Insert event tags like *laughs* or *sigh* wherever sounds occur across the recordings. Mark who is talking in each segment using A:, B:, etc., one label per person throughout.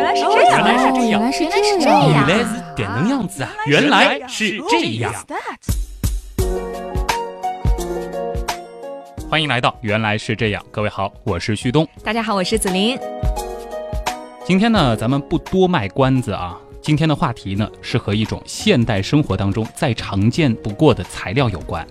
A: 哦
B: 是
C: 啊
B: 这样，
D: 哦原来是
C: 原来是
D: 这
C: 这
D: 样。
C: 样
B: 哦原来是这能样子啊，原
A: 原
B: 来
A: 来
B: 是
A: 是
B: 这
A: 这
B: 样。
A: 样
B: 欢迎来到《原来是这样》，各位好，我是旭东。
C: 大家好，我是子琳。
B: 今天呢，咱们不多卖关子啊。今天的话题呢，是和一种现代生活当中再常见不过的材料有关。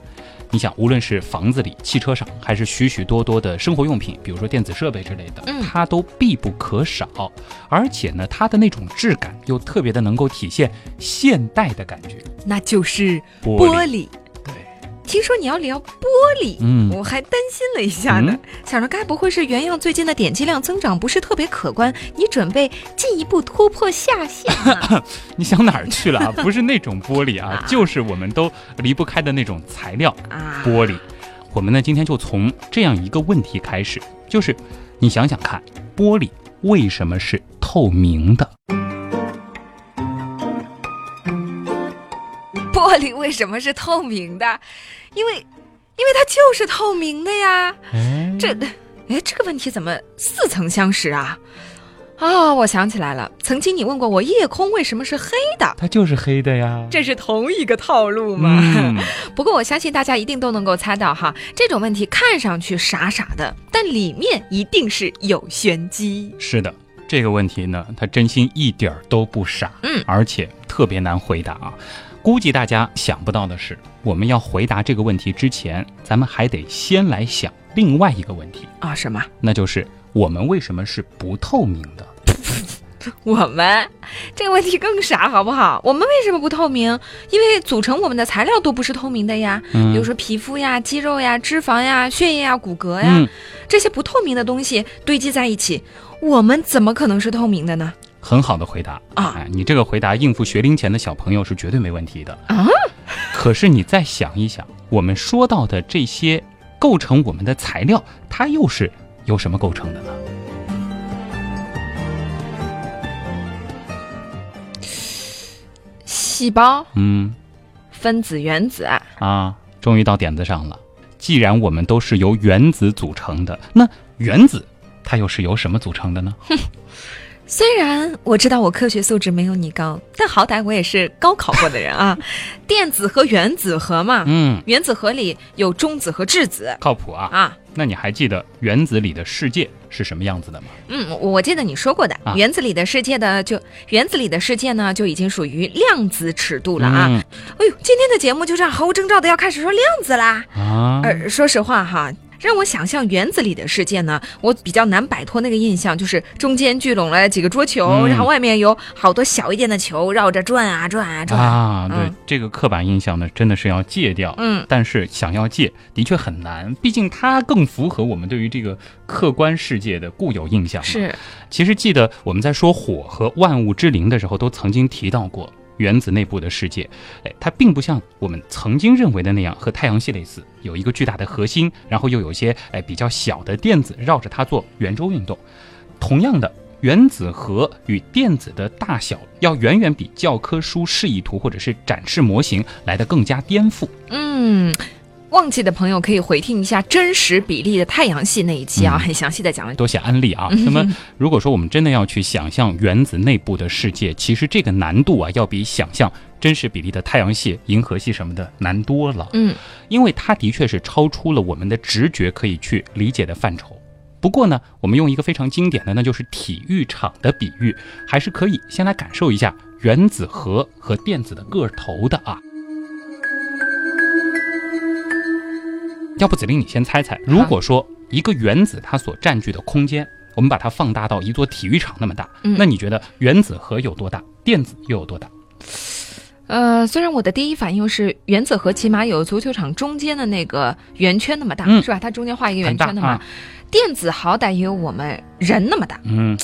B: 你想，无论是房子里、汽车上，还是许许多多的生活用品，比如说电子设备之类的，
C: 嗯
B: 它都必不可少。而且呢，它的那种质感又特别的能够体现现代的感觉。
C: 那就是
B: 玻璃
C: 玻璃。
B: 对，
C: 听说你要聊玻璃，
B: 嗯
C: 我还担心了一下呢，
A: 嗯
C: 想着该不会是原样最近的点击量增长不是特别可观，你准备进一步突破下限吗？
B: 你想哪儿去了
C: *laughs*
B: 啊？不是那种玻璃啊
C: 啊，
B: 就是我们都离不开的那种材料。
A: *laughs*
C: 啊， *laughs*
B: 玻璃。我们呢，今天就从这样一个问题开始，就是你想想看，玻璃为什么是透明的？
C: 玻璃为什么是透明的？因为，因为它就是透明的呀。
B: 哎，
C: 这，
A: 嗯
C: 哎，这个问题怎么似曾相识啊？哦，我想起来了，曾经你问过我夜空为什么是黑的，
B: 它就是黑的呀。
C: 这是同一个套路吗？
B: 嗯，
C: *laughs* 不过我相信大家一定都能够猜到哈，这种问题看上去傻傻的，但里面一定是有玄机。
B: 是的，这个问题呢，它真心一点儿都不傻，
C: 嗯
B: 而且特别难回答啊。估计大家想不到的是，我们要回答这个问题之前，咱们还得先来想另外一个问题，
C: 啊、什么？
B: 那就是我们为什么是不透明的？
C: 我们这个问题更傻，好不好？我们为什么不透明？因为组成我们的材料都不是透明的呀，
B: 嗯
C: 比如说皮肤呀、肌肉呀、脂肪呀、血液呀、骨骼呀，
B: 嗯，
C: 这些不透明的东西堆积在一起，我们怎么可能是透明的呢？
B: 很好的回答
C: 啊
B: 哎！你这个回答应付学龄前的小朋友是绝对没问题的
C: 啊！
B: 可是你再想一想，我们说到的这些构成我们的材料，它又是由什么构成的呢？
C: 细胞、
B: 嗯
C: 分子、原子啊，
B: 啊，终于到点子上了。既然我们都是由原子组成的，那原子它又是由什么组成的呢？
C: 虽然我知道我科学素质没有你高，但好歹我也是高考过的人
B: *laughs*
C: 啊。电子和原子核嘛，
B: 嗯，
C: 原子核里有中子和质子
B: 靠谱啊！
C: 啊。
B: 那你还记得原子里的世界是什么样子的吗？
C: 嗯，我我记得你说过的，
B: 啊
C: 原子里的世界的就原子里的世界呢，就已经属于量子尺度了啊。
B: 嗯
C: 哎呦，今天的节目就这样毫无征兆的要开始说量子啦。
B: 啊，
C: 呃，说实话哈。让我想象原子里的世界呢，我比较难摆脱那个印象，就是中间聚拢了几个桌球，
B: 嗯
C: 然后外面有好多小一点的球绕着转啊转啊转
B: 啊，对、
C: 嗯
B: 这个刻板印象呢，真的是要戒掉。
C: 嗯，
B: 但是想要戒的确很难，毕竟它更符合我们对于这个客观世界的固有印象。，
C: 是
B: 其实记得我们在说火和万物之灵的时候，都曾经提到过。原子内部的世界，哎，它并不像我们曾经认为的那样和太阳系类似，有一个巨大的核心，然后又有一些哎比较小的电子绕着它做圆周运动。同样的，原子核与电子的大小要远远比教科书示意图或者是展示模型来得更加颠覆。
C: 嗯，忘记的朋友可以回听一下真实比例的太阳系那一期啊，
B: 嗯
C: 很详细的讲了。
B: 多谢安利啊！那么，如果说我们真的要去想象原子内部的世界，其实这个难度啊，要比想象真实比例的太阳系、银河系什么的难多了。
C: 嗯，
B: 因为它的确是超出了我们的直觉可以去理解的范畴。不过呢，我们用一个非常经典的，那就是体育场的比喻，还是可以先来感受一下原子核和电子的个头的啊。要不子令你先猜猜，如果说一个原子它所占据的空间，我们把它放大到一座体育场那么大，
C: 嗯
B: 那你觉得原子核有多大，电子又有多大？
C: 呃，虽然我的第一反应是原子核起码有足球场中间的那个圆圈那么大，
B: 嗯
C: 是吧？它中间画一个
B: 很
C: 圆
B: 大
C: 圈的嘛。
B: 啊，
C: 电子好歹也有我们人那么大，
B: 嗯，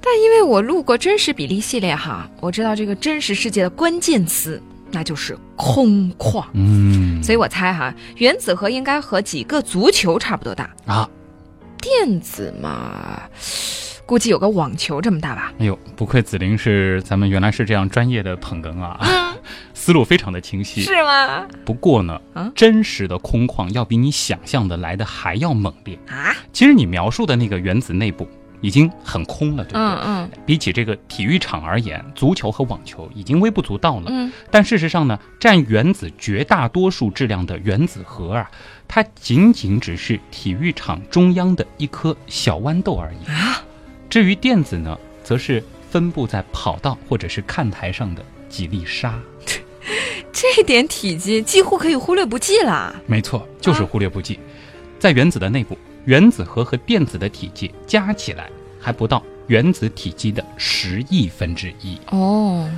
C: 但因为我录过真实比例系列哈，我知道这个真实世界的关键词那就是空旷，
B: 嗯，
C: 所以我猜哈，原子核应该和几个足球差不多大，
B: 啊，
C: 电子嘛，估计有个网球这么大吧。
B: 哎呦，不愧紫菱是咱们原来是这样专业的捧哏啊， *laughs* 思路非常的清晰。
C: 嗯是吗？
B: 不过呢，
C: 啊
B: 真实的空旷要比你想象的来的还要猛烈。
C: 啊，
B: 其实你描述的那个原子内部，已经很空了，对不对？
C: 嗯嗯
B: 比起这个体育场而言，足球和网球已经微不足道了。
C: 嗯，
B: 但事实上呢，占原子绝大多数质量的原子核啊，它仅仅只是体育场中央的一颗小豌豆而已。
C: 啊，
B: 至于电子呢，则是分布在跑道或者是看台上的几粒沙。
C: 这点体积几乎可以忽略不计了。
B: 没错，就是忽略不计。在原子的内部，原子核和电子的体积加起来还不到原子体积的十亿分之一。
C: 哦，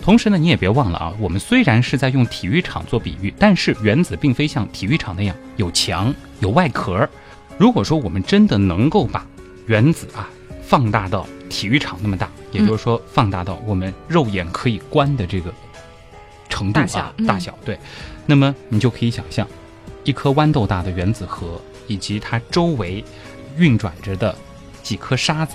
B: 同时呢，你也别忘了啊，我们虽然是在用体育场做比喻，但是原子并非像体育场那样有墙、有外壳儿。如果说我们真的能够把原子啊放大到体育场那么大，也就是说放大到我们肉眼可以观的这个程度啊
C: 大小嗯
B: 大小对，那么你就可以想象，一颗豌豆大的原子核以及它周围运转着的几颗沙子，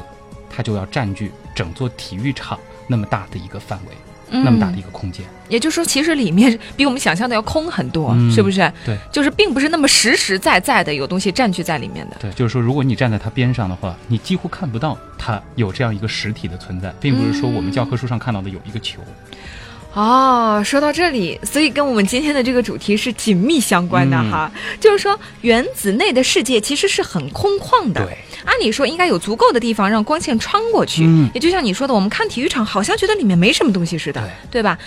B: 它就要占据整座体育场那么大的一个范围。
C: 嗯
B: 那么大的一个空间。
C: 也就是说，其实里面比我们想象的要空很多，
B: 嗯
C: 是不是？
B: 对，
C: 就是并不是那么实实在在的有东西占据在里面的。
B: 对，就是说，如果你站在它边上的话，你几乎看不到它有这样一个实体的存在，并不是说我们教科书上看到的有一个球。
C: 哦，说到这里，所以跟我们今天的这个主题是紧密相关的哈。嗯就是说，原子内的世界其实是很空旷的。，按理说应该有足够的地方让光线穿过去。
B: 嗯
C: 也就像你说的，我们看体育场好像觉得里面没什么东西似的，
B: 对
C: 对吧？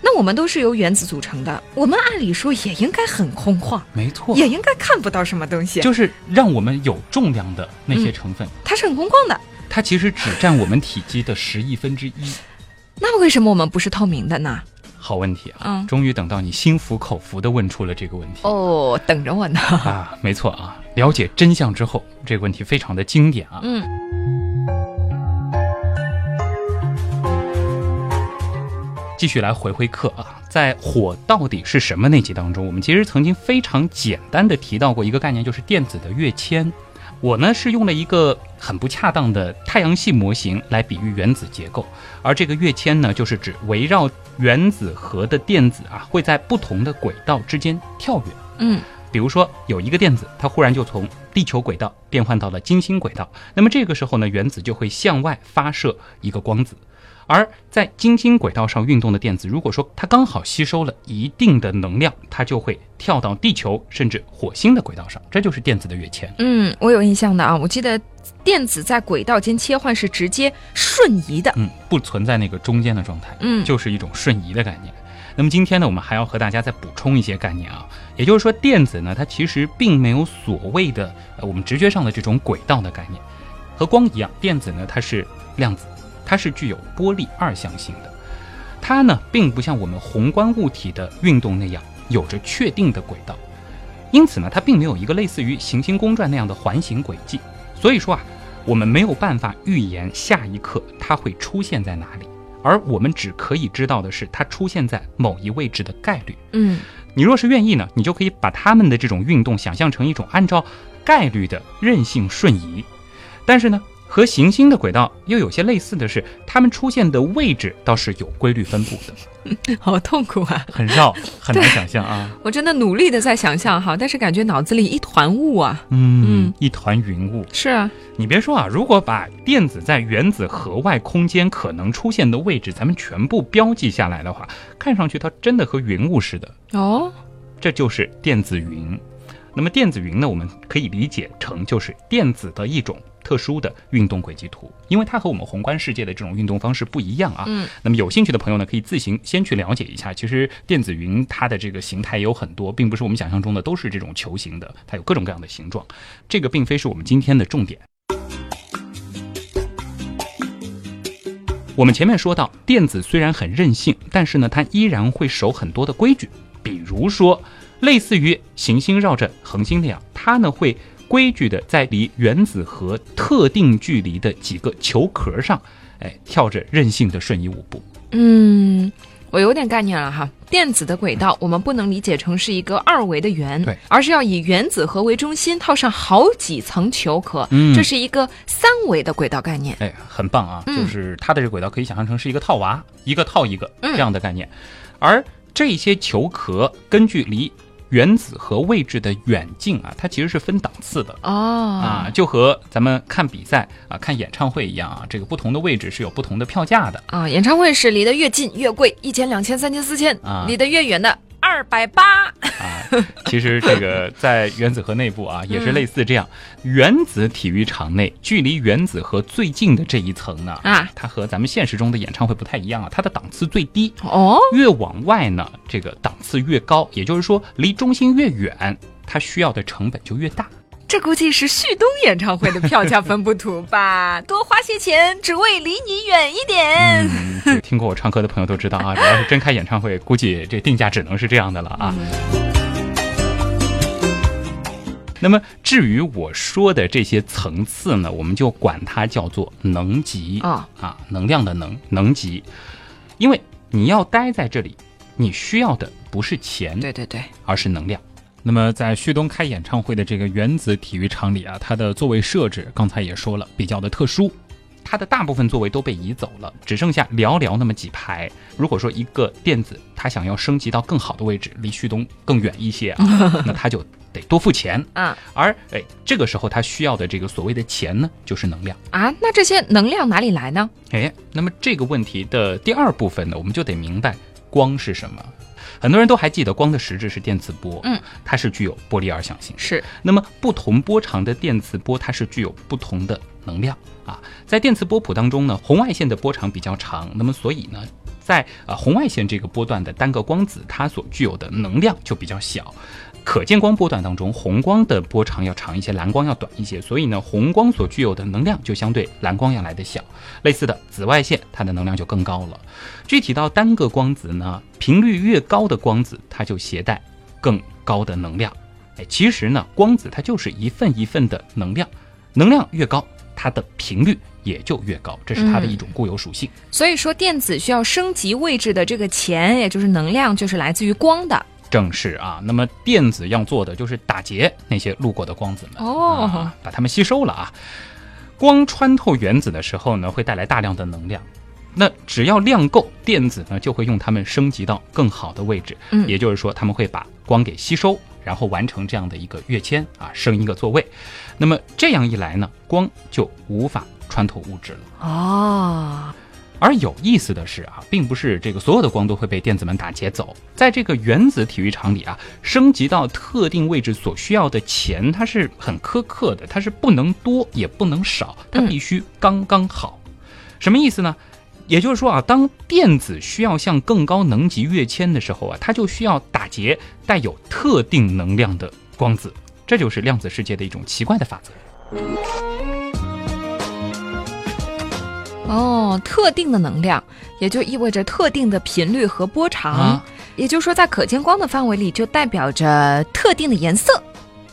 C: 那我们都是由原子组成的，我们按理说也应该很空旷，
B: 没错，
C: 也应该看不到什么东西，
B: 就是让我们有重量的那些成分，
C: 它是很空旷的。
B: 它其实只占我们体积的十亿分之一。
C: 那为什么我们不是透明的呢？
B: 好问题啊！
C: 嗯
B: 终于等到你心服口服的问出了这个问题。
C: 哦，等着我呢。
B: 啊，没错啊，了解真相之后，这个问题非常的经典啊。
C: 嗯，
B: 继续来回回课啊，在火到底是什么那集当中，我们其实曾经非常简单的提到过一个概念，就是电子的跃迁。我呢是用了一个很不恰当的太阳系模型来比喻原子结构，而这个跃迁呢，就是指围绕原子核的电子啊，会在不同的轨道之间跳跃。
C: 嗯，
B: 比如说有一个电子，它忽然就从地球轨道变换到了金星轨道，那么这个时候呢，原子就会向外发射一个光子。而在金星轨道上运动的电子，如果说它刚好吸收了一定的能量，它就会跳到地球甚至火星的轨道上，这就是电子的跃迁。
C: 嗯，我有印象的啊，我记得电子在轨道间切换是直接瞬移的。
B: 嗯，不存在那个中间的状态，
C: 嗯
B: 就是一种瞬移的概念。那么今天呢，我们还要和大家再补充一些概念啊，也就是说，电子呢，它其实并没有所谓的呃我们直觉上的这种轨道的概念，和光一样，电子呢它是量子，它是具有波粒二象性的，它呢并不像我们宏观物体的运动那样有着确定的轨道，因此呢，它并没有一个类似于行星公转那样的环形轨迹，所以说啊，我们没有办法预言下一刻它会出现在哪里，而我们只可以知道的是它出现在某一位置的概率。
C: 嗯
B: 你若是愿意呢，你就可以把他们的这种运动想象成一种按照概率的任性瞬移。但是呢，和行星的轨道又有些类似的是，它们出现的位置倒是有规律分布的，
C: 好痛苦啊！
B: 很绕，很难想象啊。
C: 我真的努力的在想象哈，但是感觉脑子里一团雾啊。
B: 嗯
C: 嗯，
B: 一团云雾。
C: 是啊，
B: 你别说啊，如果把电子在原子核外空间可能出现的位置，咱们全部标记下来的话，看上去它真的和云雾似的，
C: 哦，
B: 这就是电子云。那么电子云呢，我们可以理解成就是电子的一种特殊的运动轨迹图，因为它和我们宏观世界的这种运动方式不一样啊。
C: 嗯，
B: 那么有兴趣的朋友呢，可以自行先去了解一下。其实电子云它的这个形态也有很多，并不是我们想象中的都是这种球形的，它有各种各样的形状。这个并非是我们今天的重点。我们前面说到，电子虽然很任性，但是呢，它依然会守很多的规矩，比如说，类似于行星绕着恒星那样，它呢会规矩的在离原子核特定距离的几个球壳上，哎，跳着任性的瞬移舞步。
C: 嗯，我有点概念了哈。电子的轨道，我们不能理解成是一个二维的圆，
B: 对，
C: 而是要以原子核为中心，套上好几层球壳，
B: 嗯
C: 这是一个三维的轨道概念。
B: 哎，很棒啊！
C: 嗯
B: 就是它的这个轨道可以想象成是一个套娃，一个套一个
C: 嗯
B: 这样的概念。而这些球壳根据离原子核位置的远近啊，它其实是分档次的。
C: 哦
B: 啊，就和咱们看比赛啊、看演唱会一样啊，这个不同的位置是有不同的票价的。
C: 啊，演唱会是离得越近越贵，一千、两千、三千、四千
B: 啊，
C: 离得越远的二百八。
B: 啊，其实这个在原子核内部啊，也是类似这样。原子体育场内距离原子核最近的这一层呢，
C: 啊，
B: 它和咱们现实中的演唱会不太一样啊，它的档次最低。
C: 哦，
B: 越往外呢，这个档次越高，也就是说，离中心越远，它需要的成本就越大。
C: *laughs* 这估计是旭东演唱会的票价分布图吧？多花些钱，只为离你远一点。
B: 嗯，这听过我唱歌的朋友都知道啊，只要是真开演唱会，估计这定价只能是这样的了啊。那么至于我说的这些层次呢，我们就管它叫做能级
C: 啊
B: 啊，能量的能能级，因为你要待在这里，你需要的不是钱，
C: 对对对，
B: 而是能量。
D: 那么在旭东开演唱会的这个原子体育场里啊，它的座位设置刚才也说了，比较的特殊。
B: 它的大部分座位都被移走了，只剩下寥寥那么几排。如果说一个电子它想要升级到更好的位置，离旭东更远一些啊，那它就得多付钱。
C: 啊
B: 而哎，这个时候它需要的这个所谓的钱呢，就是能量。
C: 啊，那这些能量哪里来呢？
B: 哎，那么这个问题的第二部分呢，我们就得明白光是什么。很多人都还记得光的实质是电磁波，
C: 嗯，
B: 它是具有波粒二象性。
C: 是
B: 那么不同波长的电磁波，它是具有不同的能量啊。在电磁波谱当中呢，红外线的波长比较长，那么所以呢，在呃红外线这个波段的单个光子，它所具有的能量就比较小。可见光波段当中，红光的波长要长一些，蓝光要短一些，所以呢，红光所具有的能量就相对蓝光要来的小。类似的，紫外线它的能量就更高了。具体到单个光子呢，频率越高的光子，它就携带更高的能量。哎，其实呢，光子它就是一份一份的能量，能量越高，它的频率也就越高，这是它的一种固有属性。
C: 所以说，电子需要升级位置的这个钱，也就是能量，就是来自于光的。
B: 正是啊，那么电子要做的就是打劫那些路过的光子们，
C: 哦
B: 啊把它们吸收了啊。光穿透原子的时候呢，会带来大量的能量。那只要量够，电子呢就会用它们升级到更好的位置，
C: 嗯
B: 也就是说，他们会把光给吸收，然后完成这样的一个跃迁啊，升一个座位。那么这样一来呢，光就无法穿透物质了。
C: 哦，
B: 而有意思的是啊，并不是这个所有的光都会被电子们打劫走，在这个原子体育场里啊，升级到特定位置所需要的钱，它是很苛刻的，它是不能多也不能少，它必须刚刚好。什么意思呢？也就是说啊，当电子需要向更高能级跃迁的时候啊，它就需要打劫带有特定能量的光子，这就是量子世界的一种奇怪的法则。
C: 哦，特定的能量，也就意味着特定的频率和波长，
B: 啊
C: 也就是说，在可见光的范围里，就代表着特定的颜色。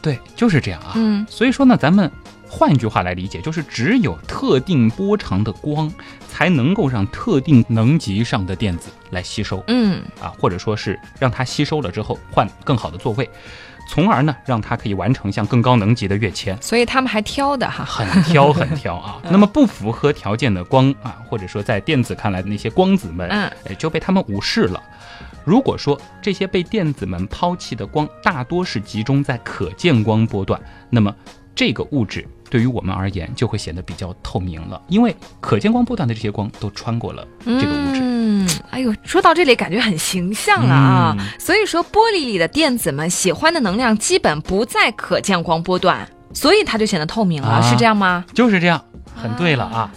B: 对，就是这样啊。
C: 嗯，
B: 所以说呢，咱们换句话来理解，就是只有特定波长的光，才能够让特定能级上的电子来吸收
C: 嗯，
B: 啊，或者说是让它吸收了之后换更好的座位，从而呢让它可以完成向更高能级的跃迁。
C: 所以他们还挑的哈。
B: 很挑很挑啊，那么不符合条件的光啊，或者说在电子看来的那些光子们，
C: 嗯
B: 哎，就被他们无视了。如果说这些被电子们抛弃的光大多是集中在可见光波段，那么这个物质对于我们而言就会显得比较透明了，因为可见光波段的这些光都穿过了这个物质。
C: 嗯，哎呦，说到这里感觉很形象了啊。
B: 嗯
C: 所以说，玻璃里的电子们喜欢的能量基本不在可见光波段，所以它就显得透明了，
B: 啊
C: 是这样吗？
B: 就是这样，很对了啊。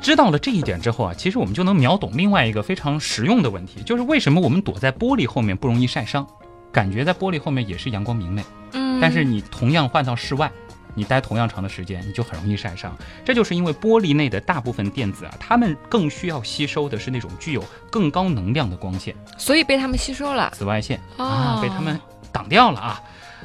B: 知道了这一点之后啊，其实我们就能秒懂另外一个非常实用的问题，就是为什么我们躲在玻璃后面不容易晒伤，感觉在玻璃后面也是阳光明媚，
C: 嗯，
B: 但是你同样换到室外，你待同样长的时间，你就很容易晒伤。这就是因为玻璃内的大部分电子啊，它们更需要吸收的是那种具有更高能量的光线。
C: 嗯所以被他们吸收了。
B: 紫外线、
C: 哦
B: 啊，被他们挡掉了啊。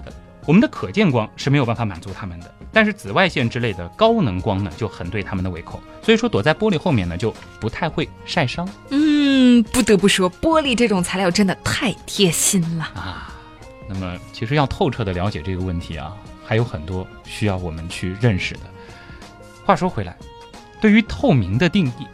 B: 呃我们的可见光是没有办法满足他们的，但是紫外线之类的高能光呢，就很对他们的胃口。所以说，躲在玻璃后面呢，就不太会晒伤
C: 嗯，不得不说，玻璃这种材料真的太贴心了。
B: 啊。那么，其实要透彻的了解这个问题啊，还有很多需要我们去认识的。话说回来，对于透明的定义，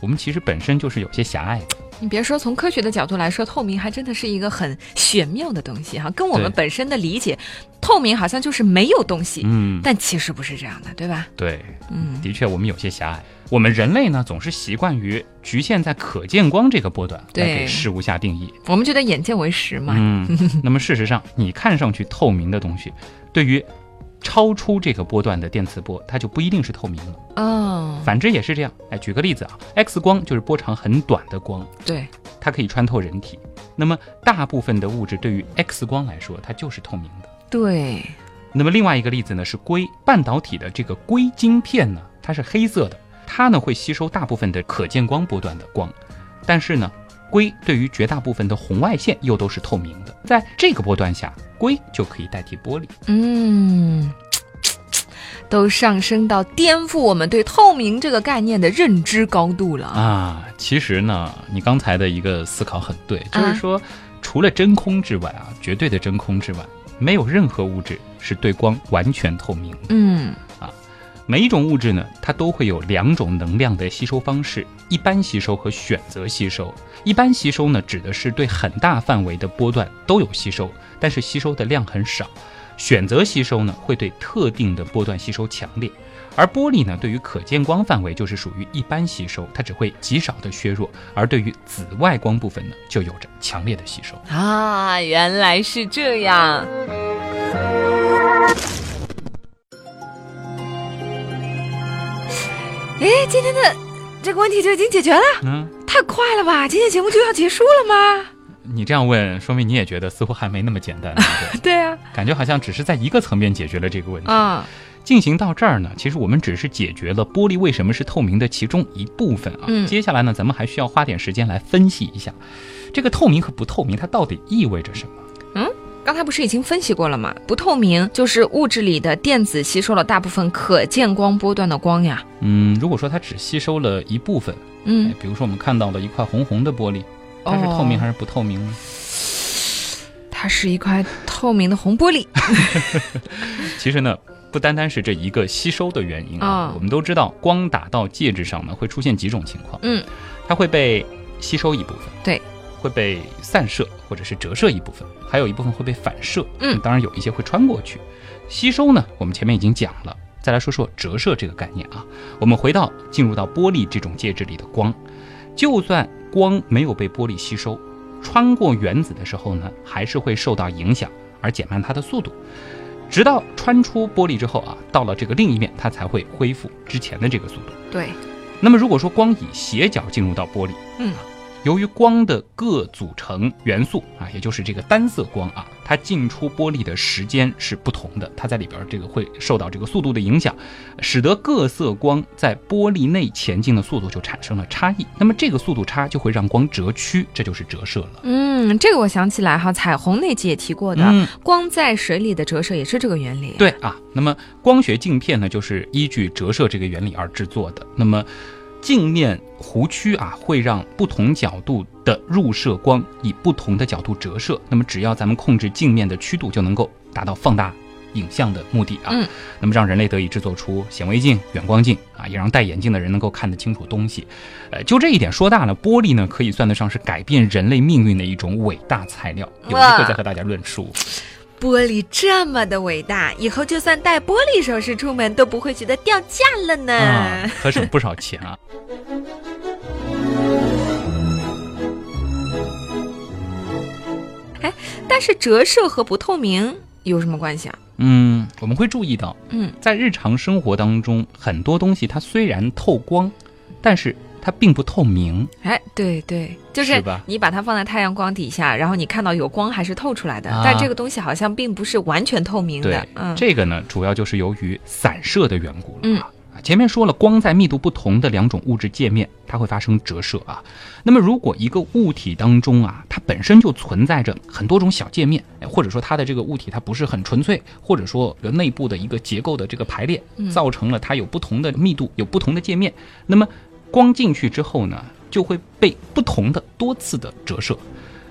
B: 我们其实本身就是有些狭隘的。
C: 你别说，从科学的角度来说，透明还真的是一个很玄妙的东西哈，跟我们
B: 对
C: 本身的理解，透明好像就是没有东西，
B: 嗯，
C: 但其实不是这样的，对吧？
B: 对，
C: 嗯，
B: 的确我们有些狭隘。我们人类呢，总是习惯于局限在可见光这个波段来
C: 对
B: 给事物下定义。
C: 我们觉得眼见为实嘛，
B: 嗯，那么事实上，你看上去透明的东西，对于超出这个波段的电磁波，它就不一定是透明了。
C: 嗯，
B: 反之也是这样。哎，举个例子啊，X 光就是波长很短的光，
C: 对，
B: 它可以穿透人体。那么大部分的物质对于 X 光来说，它就是透明的。
C: 对，
B: 那么另外一个例子呢是硅，半导体的这个硅晶片呢，它是黑色的，它呢会吸收大部分的可见光波段的光，但是呢，硅对于绝大部分的红外线又都是透明的，在这个波段下，硅就可以代替玻璃。
C: 嗯，都上升到颠覆我们对透明这个概念的认知高度了啊。
B: 啊，其实呢，你刚才的一个思考很对，就
C: 啊
B: 是说，除了真空之外啊，绝对的真空之外，没有任何物质是对光完全透明的。
C: 嗯，
B: 每一种物质呢，它都会有两种能量的吸收方式：一般吸收和选择吸收。一般吸收呢，指的是对很大范围的波段都有吸收，但是吸收的量很少；选择吸收呢，会对特定的波段吸收强烈。而玻璃呢，对于可见光范围就是属于一般吸收，它只会极少的削弱；而对于紫外光部分呢，就有着强烈的吸收。
C: 啊，原来是这样。哎，今天的这个问题就已经解决了，
B: 嗯，
C: 太快了吧！今天节目就要结束了吗？ *laughs*
B: 你这样问，说明你也觉得似乎还没那么简单，对不对
C: 对啊，
B: *laughs* 感觉好像只是在一个层面解决了这个问题。
C: 啊，
B: 进行到这儿呢，其实我们只是解决了玻璃为什么是透明的其中一部分啊。
C: 嗯
B: 接下来呢，咱们还需要花点时间来分析一下，这个透明和不透明它到底意味着什么？
C: 刚才不是已经分析过了吗？不透明就是物质里的电子吸收了大部分可见光波段的光呀。
B: 嗯，如果说它只吸收了一部分，哎
C: 嗯，哦
B: 比如说我们看到了一块红红的玻璃，哎它是透明还是不透明呢？
C: 它是一块透明的红玻璃。 *laughs*
B: 其实呢，不单单是这一个吸收的原因啊，
C: 哦
B: 我们都知道，光打到介质上呢，会出现几种情况。
C: 嗯，
B: 它会被吸收一部分，
C: 对，
B: 会被散射或者是折射一部分，还有一部分会被反射。
C: 嗯
B: 当然有一些会穿过去。吸收呢，我们前面已经讲了。再来说说折射这个概念啊，我们回到进入到玻璃这种介质里的光，就算光没有被玻璃吸收，穿过原子的时候呢，还是会受到影响而减慢它的速度，直到穿出玻璃之后啊，到了这个另一面，它才会恢复之前的这个速度。
C: 对，
B: 那么如果说光以斜角进入到玻璃，
C: 嗯
B: 由于光的各组成元素啊，也就是这个单色光啊，它进出玻璃的时间是不同的，它在里边儿这个会受到这个速度的影响，使得各色光在玻璃内前进的速度就产生了差异。那么这个速度差就会让光折曲，这就是折射了。
C: 嗯，这个我想起来哈，彩虹那期也提过的，
B: 嗯
C: 光在水里的折射也是这个原理。，
B: 对啊，那么光学镜片呢，就是依据折射这个原理而制作的。那么镜面弧区啊，会让不同角度的入射光以不同的角度折射。那么只要咱们控制镜面的曲度，就能够达到放大。影像的目的啊，
C: 嗯
B: 那么让人类得以制作出显微镜、远光镜啊，也让戴眼镜的人能够看得清楚东西。呃，就这一点说大了，玻璃呢可以算得上是改变人类命运的一种伟大材料。有机会再和大家论述。
C: 玻璃这么的伟大，以后就算戴玻璃首饰出门都不会觉得掉价了呢。 *laughs*
B: 啊，可省不少钱啊。
C: 但是折射和不透明有什么关系啊？
B: 嗯，我们会注意到，
C: 嗯，
B: 在日常生活当中，很多东西它虽然透光，但是它并不透明。
C: 哎，对对，就是是
B: 吧
C: 你把它放在太阳光底下，然后你看到有光还是透出来的，
B: 啊
C: 但这个东西好像并不是完全透明
B: 对
C: 的。，嗯，
B: 这个呢，主要就是由于散射的缘故了。
C: 嗯
B: 啊，前面说了，光在密度不同的两种物质界面，它会发生折射啊。那么，如果一个物体当中啊，它本身就存在着很多种小界面，哎或者说它的这个物体它不是很纯粹，或者说有内部的一个结构的这个排列，
C: 嗯
B: 造成了它有不同的密度，有不同的界面。那么，光进去之后呢，就会被不同的多次的折射。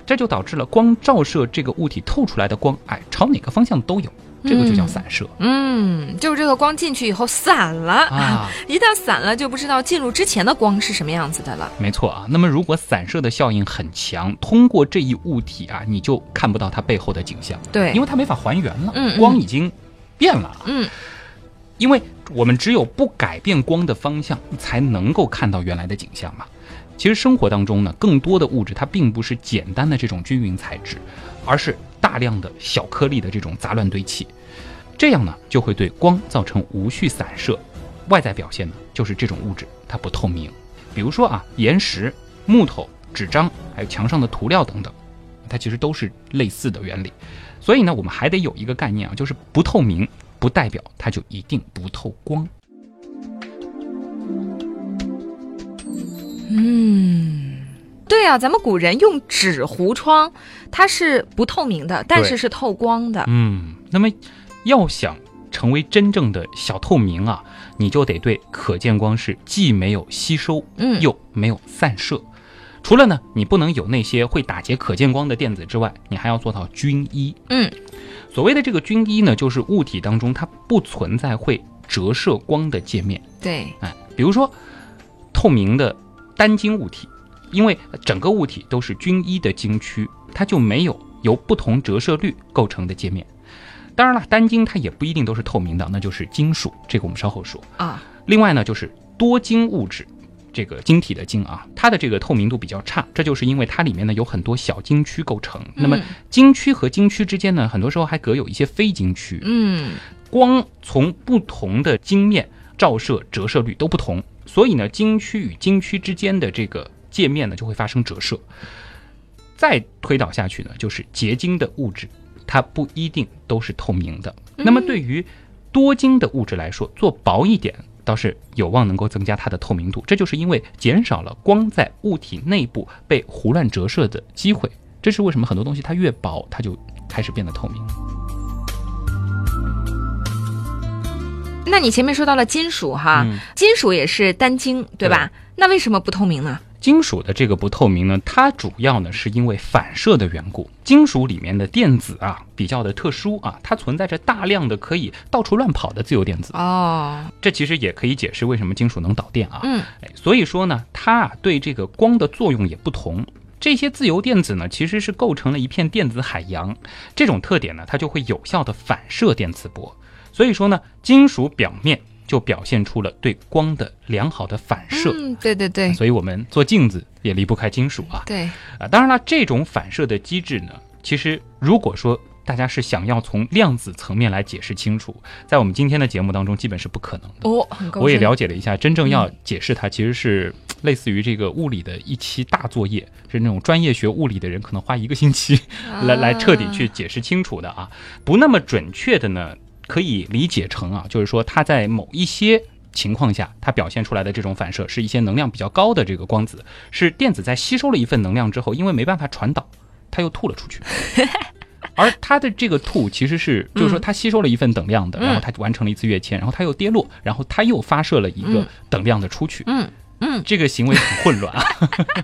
B: 这就导致了光照射这个物体透出来的光，哎，朝哪个方向都有。这个就叫散射。
C: 嗯，就是这个光进去以后散了，
B: 啊
C: 一旦散了就不知道进入之前的光是什么样子的了。
B: 没错啊，那么如果散射的效应很强，通过这一物体啊，你就看不到它背后的景象，
C: 对，
B: 因
C: 为
B: 为它没法还原了，
C: 嗯嗯
B: 光已经变了啊。
C: 嗯
B: 因为我们只有不改变光的方向，才能够看到原来的景象嘛。其实生活当中呢，更多的物质它并不是简单的这种均匀材质，而是大量的小颗粒的这种杂乱堆砌，这样呢就会对光造成无序散射。外在表现呢，就是这种物质它不透明，比如说啊，岩石、木头、纸张，还有墙上的涂料等等，它其实都是类似的原理。所以呢，我们还得有一个概念啊，就是不透明不代表它就一定不透光。
C: 嗯。对啊，咱们古人用纸糊窗，它是不透明的，但是是透光的。
B: 嗯，那么要想成为真正的小透明啊，你就得对可见光是既没有吸收，
C: 嗯，
B: 又没有散射。除了呢，你不能有那些会打劫可见光的电子之外，你还要做到均一。
C: 嗯，
B: 所谓的这个均一呢，就是物体当中它不存在会折射光的界面。
C: 对，
B: 哎，比如说透明的单晶物体，因为整个物体都是均一的晶区，它就没有由不同折射率构成的界面。当然了，单晶它也不一定都是透明的，那就是金属，这个我们稍后说。
C: 啊，
B: 另外呢，就是多晶物质，这个晶体的晶啊，它的这个透明度比较差，这就是因为它里面呢有很多小晶区构成。那么
C: 嗯
B: 晶区和晶区之间呢，很多时候还隔有一些非晶区。
C: 嗯
B: 光从不同的晶面照射折射率都不同，所以呢，晶区与晶区之间的这个界面呢就会发生折射。再推导下去呢，就是结晶的物质，它不一定都是透明的。那么对于多晶的物质来说，做薄一点倒是有望能够增加它的透明度，这就是因为减少了光在物体内部被胡乱折射的机会。这是为什么很多东西它越薄，它就开始变得透明。
C: 那你前面说到了金属哈，
B: 嗯
C: 金属也是单晶对吧？那为什么不透明呢？
B: 金属的这个不透明呢，它主要呢是因为反射的缘故。金属里面的电子啊比较的特殊啊，它存在着大量的可以到处乱跑的自由电子，
C: 哦，
B: 这其实也可以解释为什么金属能导电啊。
C: 嗯
B: 哎，所以说呢，它啊对这个光的作用也不同。这些自由电子呢，其实是构成了一片电子海洋。这种特点呢，它就会有效的反射电磁波。所以说呢，金属表面就表现出了对光的良好的反射。
C: 嗯，对对对
B: 啊所以我们做镜子也离不开金属啊。
C: 对，
B: 啊，当然了，这种反射的机制呢，其实如果说大家是想要从量子层面来解释清楚，在我们今天的节目当中，基本是不可能的。
C: 哦，很高
B: 我也
C: 深
B: 了解了一下，真正要解释它，其实是呃类似于这个物理的一期大作业，是那种专业学物理的人可能花一个星期来
C: 啊
B: 来彻底去解释清楚的啊。不那么准确的呢，可以理解成啊，就是说它在某一些情况下，它表现出来的这种反射是一些能量比较高的这个光子，是电子在吸收了一份能量之后，因为没办法传导，它又吐
C: *laughs*
B: 了出去。而它的这个吐其实是，就是说它吸收了一份等量的，
C: 嗯
B: 然后它完成了一次跃迁，然后它又跌落，然后它又发射了一个等量的出去。
C: 嗯嗯，
B: 这个行为很混乱啊。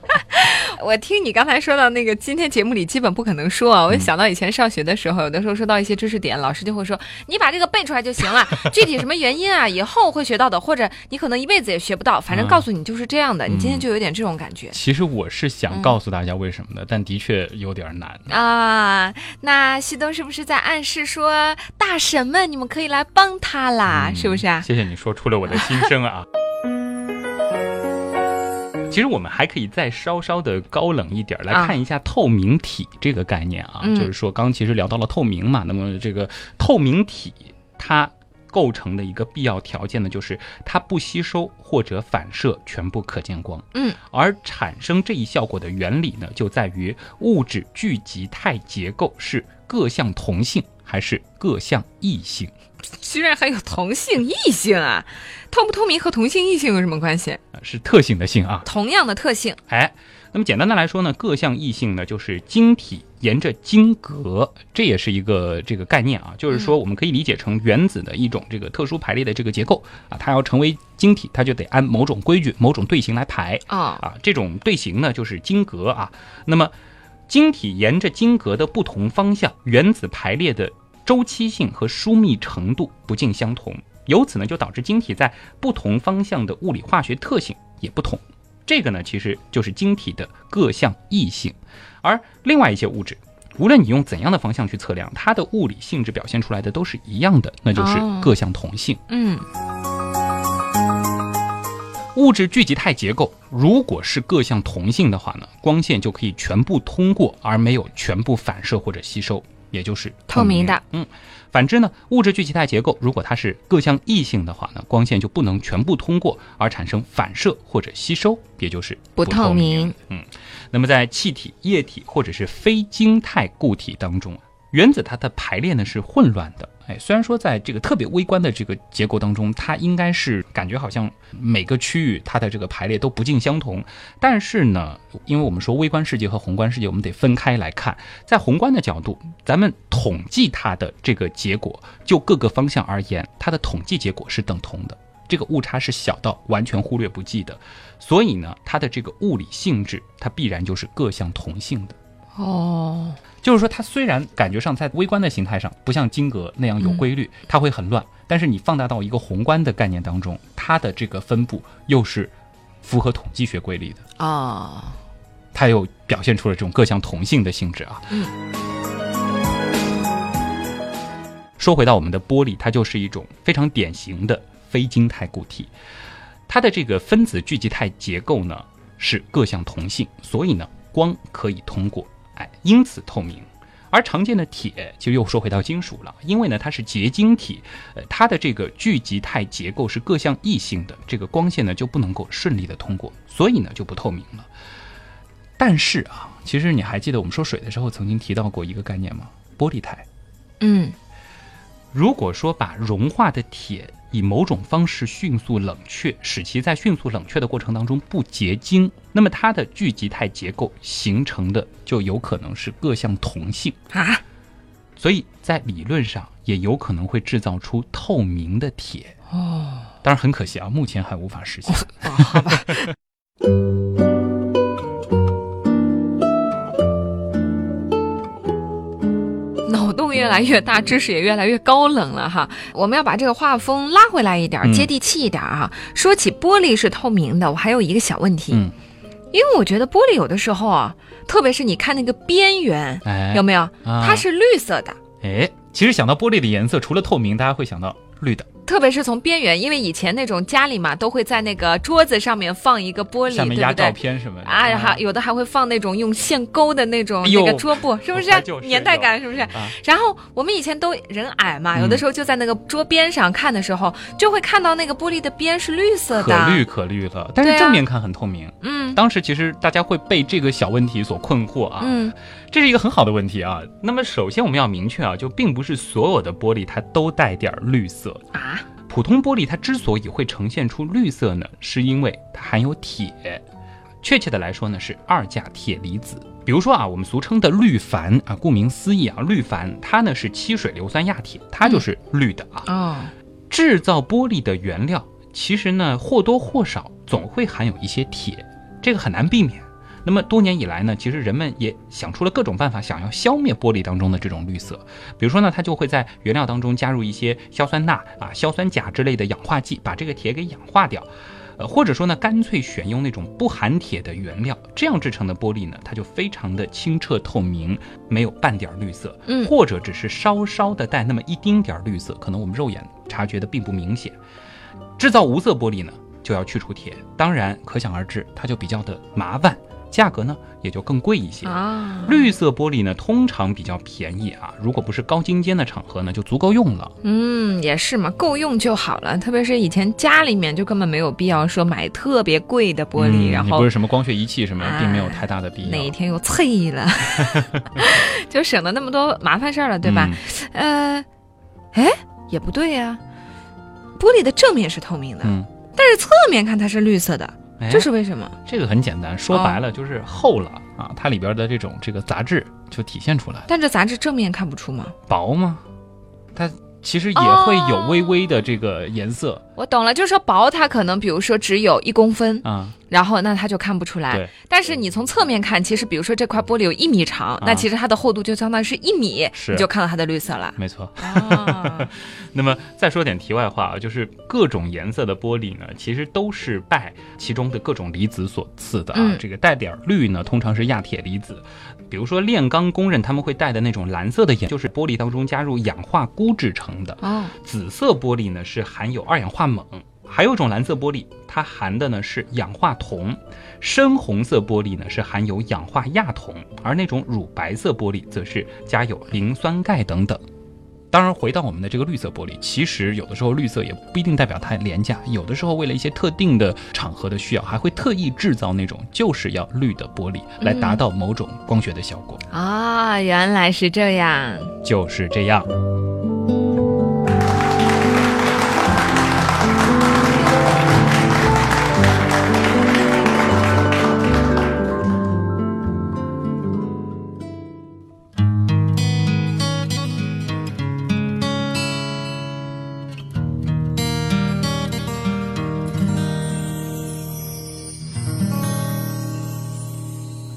B: *laughs*
C: 我听你刚才说到那个，今天节目里基本不可能说啊，我就想到以前上学的时候，有的时候说到一些知识点，老师就会说，你把这个背出来就行了，具体什么原因啊，以后会学到的，或者你可能一辈子也学不到，反正告诉你就是这样的，你今天就有点这种感觉。
B: 其实我是
C: 嗯
B: 想告诉大家为什么的，但的确有点难。
C: 啊，那旭东是不是在暗示说，大神们你们可以来帮他啦，是不是啊？
B: 嗯谢谢你说出了我的心声
C: *laughs*
B: 啊。其实我们还可以再稍稍的高冷一点儿来
C: 啊
B: 看一下透明体这个概念啊，
C: 嗯
B: 就是说刚刚其实聊到了透明嘛，那么这个透明体它构成的一个必要条件呢，就是它不吸收或者反射全部可见光。
C: 嗯，
B: 而产生这一效果的原理呢，就在于物质聚集态结构是各项同性还是各项异性。
C: 居然还有同性异性啊，透不透明和同性异性有什么关系？
B: 呃是特性的性啊，
C: 同样的特性，
B: 哎，那么简单的来说呢，各项异性呢就是晶体沿着晶格，这也是一个这个概念啊，就是说我们可以理解成原子的一种这个特殊排列的这个结构啊，它要成为晶体，它就得按某种规矩、某种队形来排
C: 哦，
B: 啊，这种队形呢就是晶格啊。那么晶体沿着晶格的不同方向，原子排列的周期性和疏密程度不尽相同，由此呢就导致晶体在不同方向的物理化学特性也不同。这个呢其实就是晶体的各项异性，而另外一些物质。无论你用怎样的方向去测量，它的物理性质表现出来的都是一样的，那就是
C: 哦
B: 各项同性。
C: 嗯，
B: 物质聚集态结构如果是各项同性的话呢，光线就可以全部通过，而没有全部反射或者吸收，也就是
C: 透明的。
B: 嗯，反之呢，物质聚集态结构如果它是各项异性的话呢，光线就不能全部通过而产生反射或者吸收，也就是
C: 不
B: 透
C: 透明。
B: 嗯，那么在气体、液体或者是非晶态固体当中啊，原子它的排列呢是混乱的。哎，虽然说在这个特别微观的这个结构当中，它应该是感觉好像每个区域它的这个排列都不尽相同，但是呢，因为我们说微观世界和宏观世界，我们得分开来看。在宏观的角度，咱们统计它的这个结果，就各个方向而言，它的统计结果是等同的，这个误差是小到完全忽略不计的。所以呢，它的这个物理性质，它必然就是各项同性的。
C: 哦，
B: 就是说，它虽然感觉上在微观的形态上不像晶格那样有规律，它会很乱，但是你放大到一个宏观的概念当中，它的这个分布又是符合统计学规律的。
C: 哦，
B: 它又表现出了这种各项同性的性质啊。
C: 嗯
B: 说回到我们的玻璃，它就是一种非常典型的非晶态固体，它的这个分子聚集态结构呢是各项同性，所以呢光可以通过，哎，因此透明。而常见的铁就又说回到金属了，因为呢它是结晶体，呃，它的这个聚集态结构是各项异性的，这个光线呢就不能够顺利的通过，所以呢就不透明了。但是啊，其实你还记得我们说水的时候曾经提到过一个概念吗？玻璃态。
C: 嗯，
B: 如果说把融化的铁以某种方式迅速冷却，使其在迅速冷却的过程当中不结晶，那么它的聚集态结构形成的就有可能是各项同性，
C: 啊， *laughs*
B: 所以在理论上也有可能会制造出透明的铁。
C: 哦，
B: 当然很可惜啊，目前还无法实现。
C: 好吧，脑洞越来越大，知识也越来越高冷了哈。我们要把这个画风拉回来一点儿，
B: 嗯
C: 接地气一点儿啊。说起玻璃是透明的，我还有一个小问题，
B: 嗯
C: 因为我觉得玻璃有的时候啊，特别是你看那个边缘，
B: 哎
C: 有，没有？
B: 啊
C: 它是绿色的，
B: 哎，其实想到玻璃的颜色，除了透明，大家会想到绿的，
C: 特别是从边缘，因为以前那种家里嘛，都会在那个桌子上面放一个玻璃，
D: 下面
C: 对
D: 压
C: 不
D: 照
C: 对？
D: 片什么的
C: 啊，
B: 嗯
C: 还有的还会放那种用线勾的那种
B: 哎呦
C: 那个桌布，是不是
B: 我怀旧是
C: 年代感？是不是？然后我们以前都人矮嘛，
B: 啊嗯
C: 有的时候就在那个桌边上看的时候，就会看到那个玻璃的边是绿色
B: 可
C: 的，
B: 绿可绿了，但是
C: 对啊
B: 正面看很透明。
C: 嗯
B: 当时其实大家会被这个小问题所困惑啊，
C: 嗯，
B: 这是一个很好的问题啊。那么首先我们要明确啊，就并不是所有的玻璃它都带点儿绿色。
C: 啊，
B: 普通玻璃它之所以会呈现出绿色呢，是因为它含有铁，确切的来说呢是二价铁离子。比如说啊，我们俗称的氯矾啊，顾名思义啊，氯矾它呢是七水硫酸亚铁，它就是绿的啊。
C: 哦，
B: 制造玻璃的原料，其实呢或多或少总会含有一些铁，这个很难避免。那么多年以来呢，其实人们也想出了各种办法，想要消灭玻璃当中的这种绿色。比如说呢，它就会在原料当中加入一些硝酸钠啊、硝酸钾之类的氧化剂，把这个铁给氧化掉。呃，或者说呢，干脆选用那种不含铁的原料，这样制成的玻璃呢，它就非常的清澈透明，没有半点儿绿色。
C: 嗯
B: 或者只是稍稍的带那么一丁点儿绿色，可能我们肉眼察觉的并不明显。制造无色玻璃呢，就要去除铁，当然可想而知，它就比较的麻烦，价格呢也就更贵一些。
C: 啊，
B: 绿色玻璃呢，通常比较便宜啊，如果不是高精尖的场合呢，就足够用了。
C: 嗯，也是嘛，够用就好了。特别是以前家里面就根本没有必要说买特别贵的玻璃，
D: 嗯
C: 然
D: 也不
C: 后
D: 是什么光学仪器什么，并没有太大的必
C: 哪一
D: 要。
C: 天又脆了， *laughs* 就省了那么多麻烦事儿了，对吧？呃，哎，也不对呀、玻璃的正面是透明的，
B: 嗯？
C: 但是侧面看它是绿色的，
B: 嗯，哎
C: 这是哦为什么？
D: 这个很简单，说白了就是厚了啊，它里边的这种这个杂质就体现出来了。
C: 但这杂志正面看不出吗？哦
D: 薄吗？它其实也会有微微的这个颜色，
C: 我懂了，就是说薄它可能比如说只有一公分，
B: 啊，
C: 然后那它就看不出来
B: 对。
C: 但是你从侧面看，其实比如说这块玻璃有一米长，那其实它的厚度就相当于是一米，
B: 啊是
C: 你就看到它的绿色了。
B: 没错。 *laughs*
C: 啊，
B: 那么再说点题外话啊，就是各种颜色的玻璃呢，其实都是拜其中的各种离子所赐的啊。
C: 嗯
B: 这个带点儿绿呢，通常是亚铁离子，比如说炼钢工人他们会带的那种蓝色的眼，就是玻璃当中加入氧化钴制成的。
C: 哦，
B: 紫色玻璃呢是含有二氧化锰，还有一种蓝色玻璃，它含的呢是氧化铜；深红色玻璃呢是含有氧化亚铜，而那种乳白色玻璃则是加有磷酸钙等等。当然，回到我们的这个绿色玻璃，其实有的时候绿色也不一定代表它廉价，有的时候为了一些特定的场合的需要，还会特意制造那种就是要绿的玻璃，来达到某种光学的效果。
C: 啊，原来是这样。
B: 就是这样。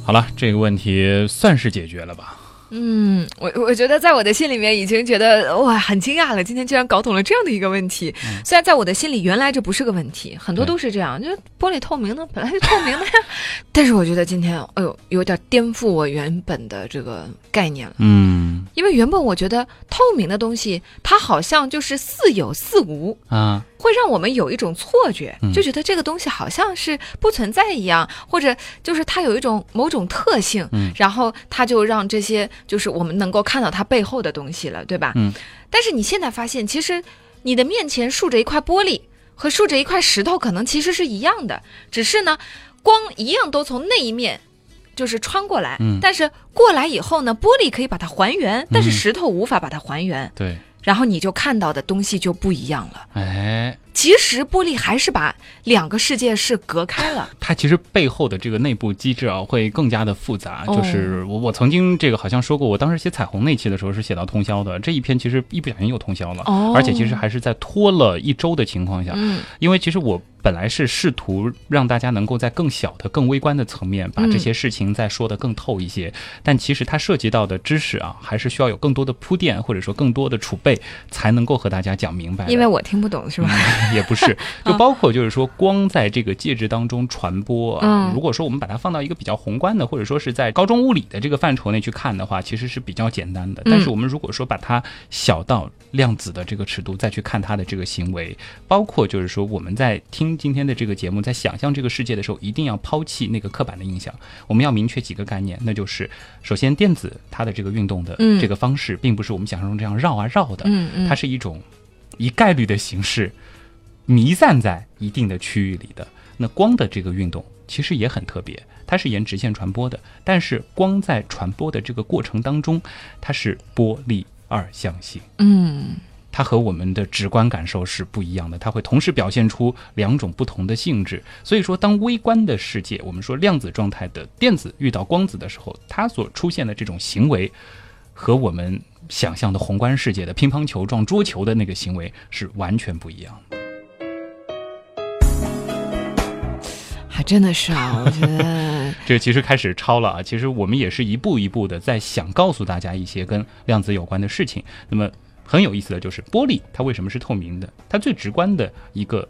B: 好了，这个问题算是解决了吧？
C: 嗯，我我觉得在我的心里面已经觉得哇很惊讶了，今天居然搞懂了这样的一个问题。虽然在我的心里原来这不是个问题，很多
B: 对
C: 都是这样，就是玻璃透明的本来就透明的呀。 *laughs* 但是我觉得今天哎呦有点颠覆我原本的这个概念了，
B: 嗯
C: 因为原本我觉得透明的东西它好像就是似有似无。
B: 啊，
C: 会让我们有一种错觉
B: 嗯，
C: 就觉得这个东西好像是不存在一样，或者就是它有一种某种特性，
B: 嗯
C: 然后它就让这些就是我们能够看到它背后的东西了，对吧？
B: 嗯。
C: 但是你现在发现，其实你的面前竖着一块玻璃和竖着一块石头，可能其实是一样的，只是呢，光一样都从那一面。就是穿过来，
B: 嗯
C: 但是过来以后呢，玻璃可以把它还原，但是石头无法把它还原，
B: 对，
C: 然后你就看到的东西就不一样了。
B: 哎，
C: 其实玻璃还是把两个世界是隔开 *laughs* 了。
B: 它其实背后的这个内部机制啊，会更加的复杂。
C: 哦
B: 就是我我曾经这个好像说过，我当时写彩虹那期的时候是写到通宵的，这一篇其实一不小心又通宵了，
C: 哦
B: 而且其实还是在拖了一周的情况下，
C: 嗯
B: 因为其实我本来是试图让大家能够在更小的、更微观的层面，把
C: 嗯
B: 这些事情再说得更透一些。但其实它涉及到的知识啊，还是需要有更多的铺垫，或者说更多的储备，才能够和大家讲明白的。
C: 因为我听不懂是吧？
B: *laughs* 也
C: *laughs*
B: 不是，就
C: 嗯
B: 包括就是说光在这个介质当中传播啊，
C: 嗯
B: 如果说我们把它放到一个比较宏观的，或者说是在高中物理的这个范畴内去看的话，其实是比较简单的。
C: 嗯
B: 但是我们如果说把它小到量子的这个尺度再去看它的这个行为，包括就是说我们在听今天的这个节目，在想象这个世界的时候，一定要抛弃那个刻板的印象，我们要明确几个概念，那就是首先电子它的这个运动的
C: 嗯
B: 这个方式，并不是我们想象中这样绕啊绕的，
C: 嗯
B: 它是一种以概率的形式弥散在一定的区域里的。那光的这个运动其实也很特别，它是沿直线传播的，但是光在传播的这个过程当中，它是波粒二象性。
C: 嗯
B: 它和我们的直观感受是不一样的，它会同时表现出两种不同的性质。所以说，当微观的世界，我们说量子状态的电子遇到光子的时候，它所出现的这种行为，和我们想象的宏观世界的乒乓球撞桌球的那个行为是完全不一样的。
C: 还真的是啊，我觉得
B: 这其实开始超了啊！其实我们也是一步一步的在想告诉大家一些跟量子有关的事情。那么很有意思的就是，玻璃它为什么是透明的？它最直观的一个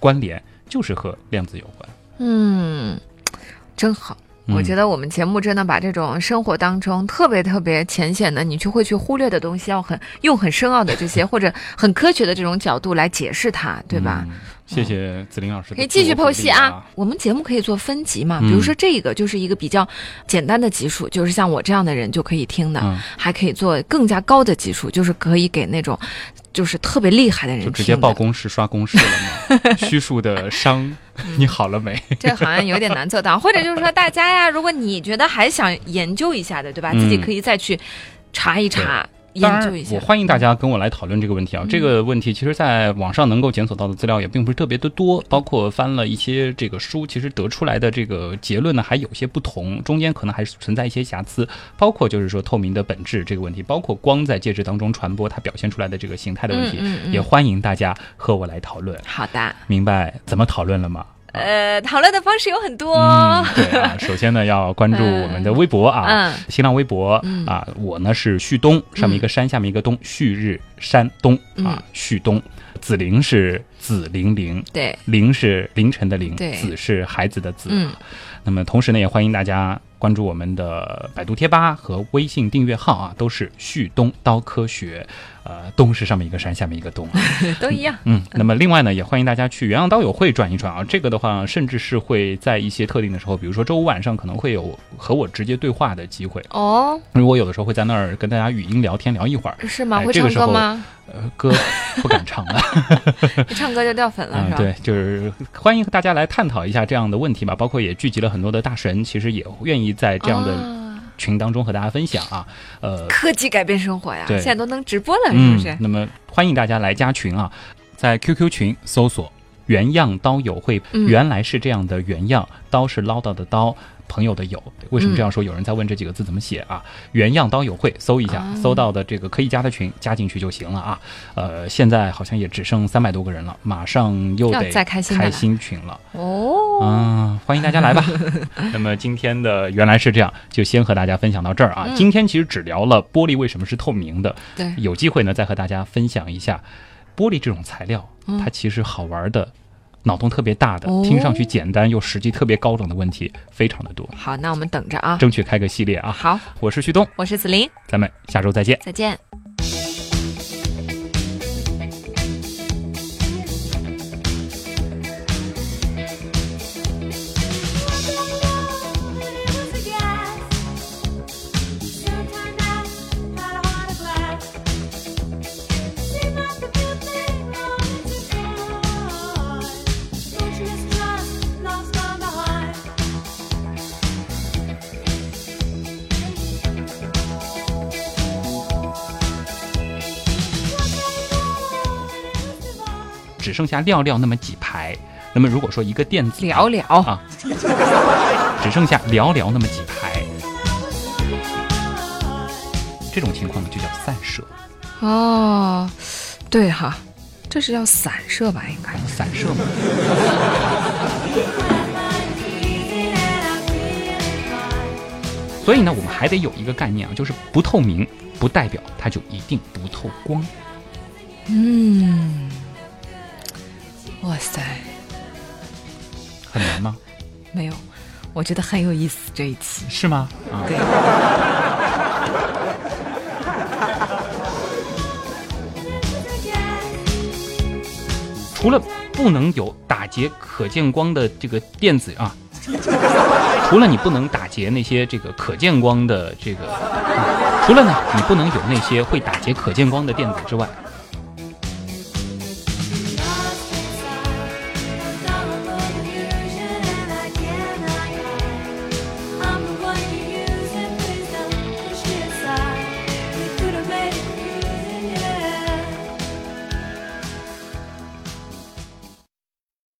B: 关联就是和量子有关。
C: 嗯真好。我觉得我们节目真的把这种生活当中特别特别浅显的，你就会去忽略的东西，要很用很深奥的这些 *laughs* 或者很科学的这种角度来解释它，对吧？
B: 嗯谢谢紫菱老师的自我鼓励，
C: 可以继续剖析啊。嗯我们节目可以做分级嘛，比如说这个就是一个比较简单的级数，就是像我这样的人就可以听的，
B: 嗯
C: 还可以做更加高的级数，就是可以给那种就是特别厉害的人
B: 就
C: 听的。
B: 直接报公式刷公式了
C: *laughs*
B: 嘛。虚数的商，你好了没？
C: 这好像有点难做
B: *laughs*
C: 到，或者就是说大家呀，如果你觉得还想研究一下的，对吧？
B: 嗯
C: 自己可以再去查一查。
B: 当
C: 研
B: 然
C: 究一，下嗯
B: 我。欢迎大家跟我来讨论这个问题啊。这个问题其实在网上能够检索到的资料也并不是特别的多，包括翻了一些这个书，其实得出来的这个结论呢还有些不同，中间可能还是存在一些瑕疵，包括就是说透明的本质这个问题，包括光在介质当中传播它表现出来的这个形态的问题，
C: 嗯嗯嗯
B: 也啊欢迎大家和我来讨论。
C: 好的，
B: 明白怎么讨论了吗？
C: 呃，讨论的方式有很多
B: 嗯
C: 哦。，
B: 对啊，首先呢要关注我们的微博啊，
C: *laughs* 嗯
B: 新浪微博、啊，我呢是旭东，上面一个山，下面一个东，旭日山东啊
C: 嗯，
B: 旭东。子玲是子玲玲，
C: 对，
B: 玲是凌晨的玲，
C: 对
B: 子是孩子的子。
C: 嗯
B: 那么同时呢，也欢迎大家关注我们的百度贴吧和微信订阅号啊，都是旭东刀科学。呃，东是上面一个山，下面一个东啊。
C: *laughs* 都一
B: *laughs*
C: 样。
B: 嗯，那么另外呢，也欢迎大家去原样刀友会转一转啊。这个的话，甚至是会在一些特定的时候，比如说周五晚上，可能会有和我直接对话的机会。
C: 哦，
B: 因为我有的时候会在那儿跟大家语音聊天聊一会儿，
C: 是吗？
B: 哎
C: 会
B: 这个
C: 唱
B: 时候
C: 歌
B: *laughs*
C: 吗？
B: 呃，
C: *laughs*
B: 歌不敢唱了。
C: 唱歌就掉粉了
B: 嗯
C: *laughs* 是，吧？
B: 对，就是欢迎大家来探讨一下这样的问题吧。包括也聚集了很多的大神，其实也愿意在这样的
C: 啊
B: 群当中和大家分享啊。呃，
C: 科技改变生活呀，
B: 对
C: 现在都能直播了，是不
B: 嗯
C: 是？？
B: 那么欢迎大家来加群啊，在 QQ 群搜索“原样刀友会”，
C: 嗯
B: 原来是这样的原样，刀是唠叨的刀。朋友的友，为什么这样说？有人在问这几个字怎么写啊？原样刀友会，搜一下，
C: 啊
B: 搜到的这个可以加的群，加进去就行了啊。呃，现在好像也只剩三百多个人了，马上又
C: 要
B: 得
C: 再开新的了
B: 群了
C: 哦，
B: 啊！欢迎大家
C: *laughs*
B: 来吧。那么今天的原来是这样，就先和大家分享到这儿啊。
C: 嗯
B: 今天其实只聊了玻璃为什么是透明的，
C: 对，
B: 有机会呢，再和大家分享一下玻璃这种材料，
C: 嗯
B: 它其实好玩的、脑洞特别大的、
C: 哦
B: 听上去简单又实际特别高冷的问题非常的多，
C: 好，那我们等着啊。
B: 争取开个系列啊！
C: 好，
B: 我是旭东，
C: 我是子琳，
B: 咱们下周再见。
C: 再见。
B: 只剩下寥寥那么几排，那么如果说一个电子
C: 聊聊，
B: 啊，只剩下寥寥那么几排，这种情况呢就叫散射。
C: 哦，对哈，这是叫散射吧？应该。
B: 散射嘛。所以呢，我们还得有一个概念啊，就是不透明不代表它就一定不透光。
C: 嗯，哇塞，
B: 很难吗？
C: 没有，我觉得很有意思这一期。
B: 是吗？啊，
C: 对。
B: 除了不能有打劫可见光的这个电子啊， *laughs* 除了你不能打劫那些这个可见光的这个，啊除了呢你不能有那些会打劫可见光的电子之外，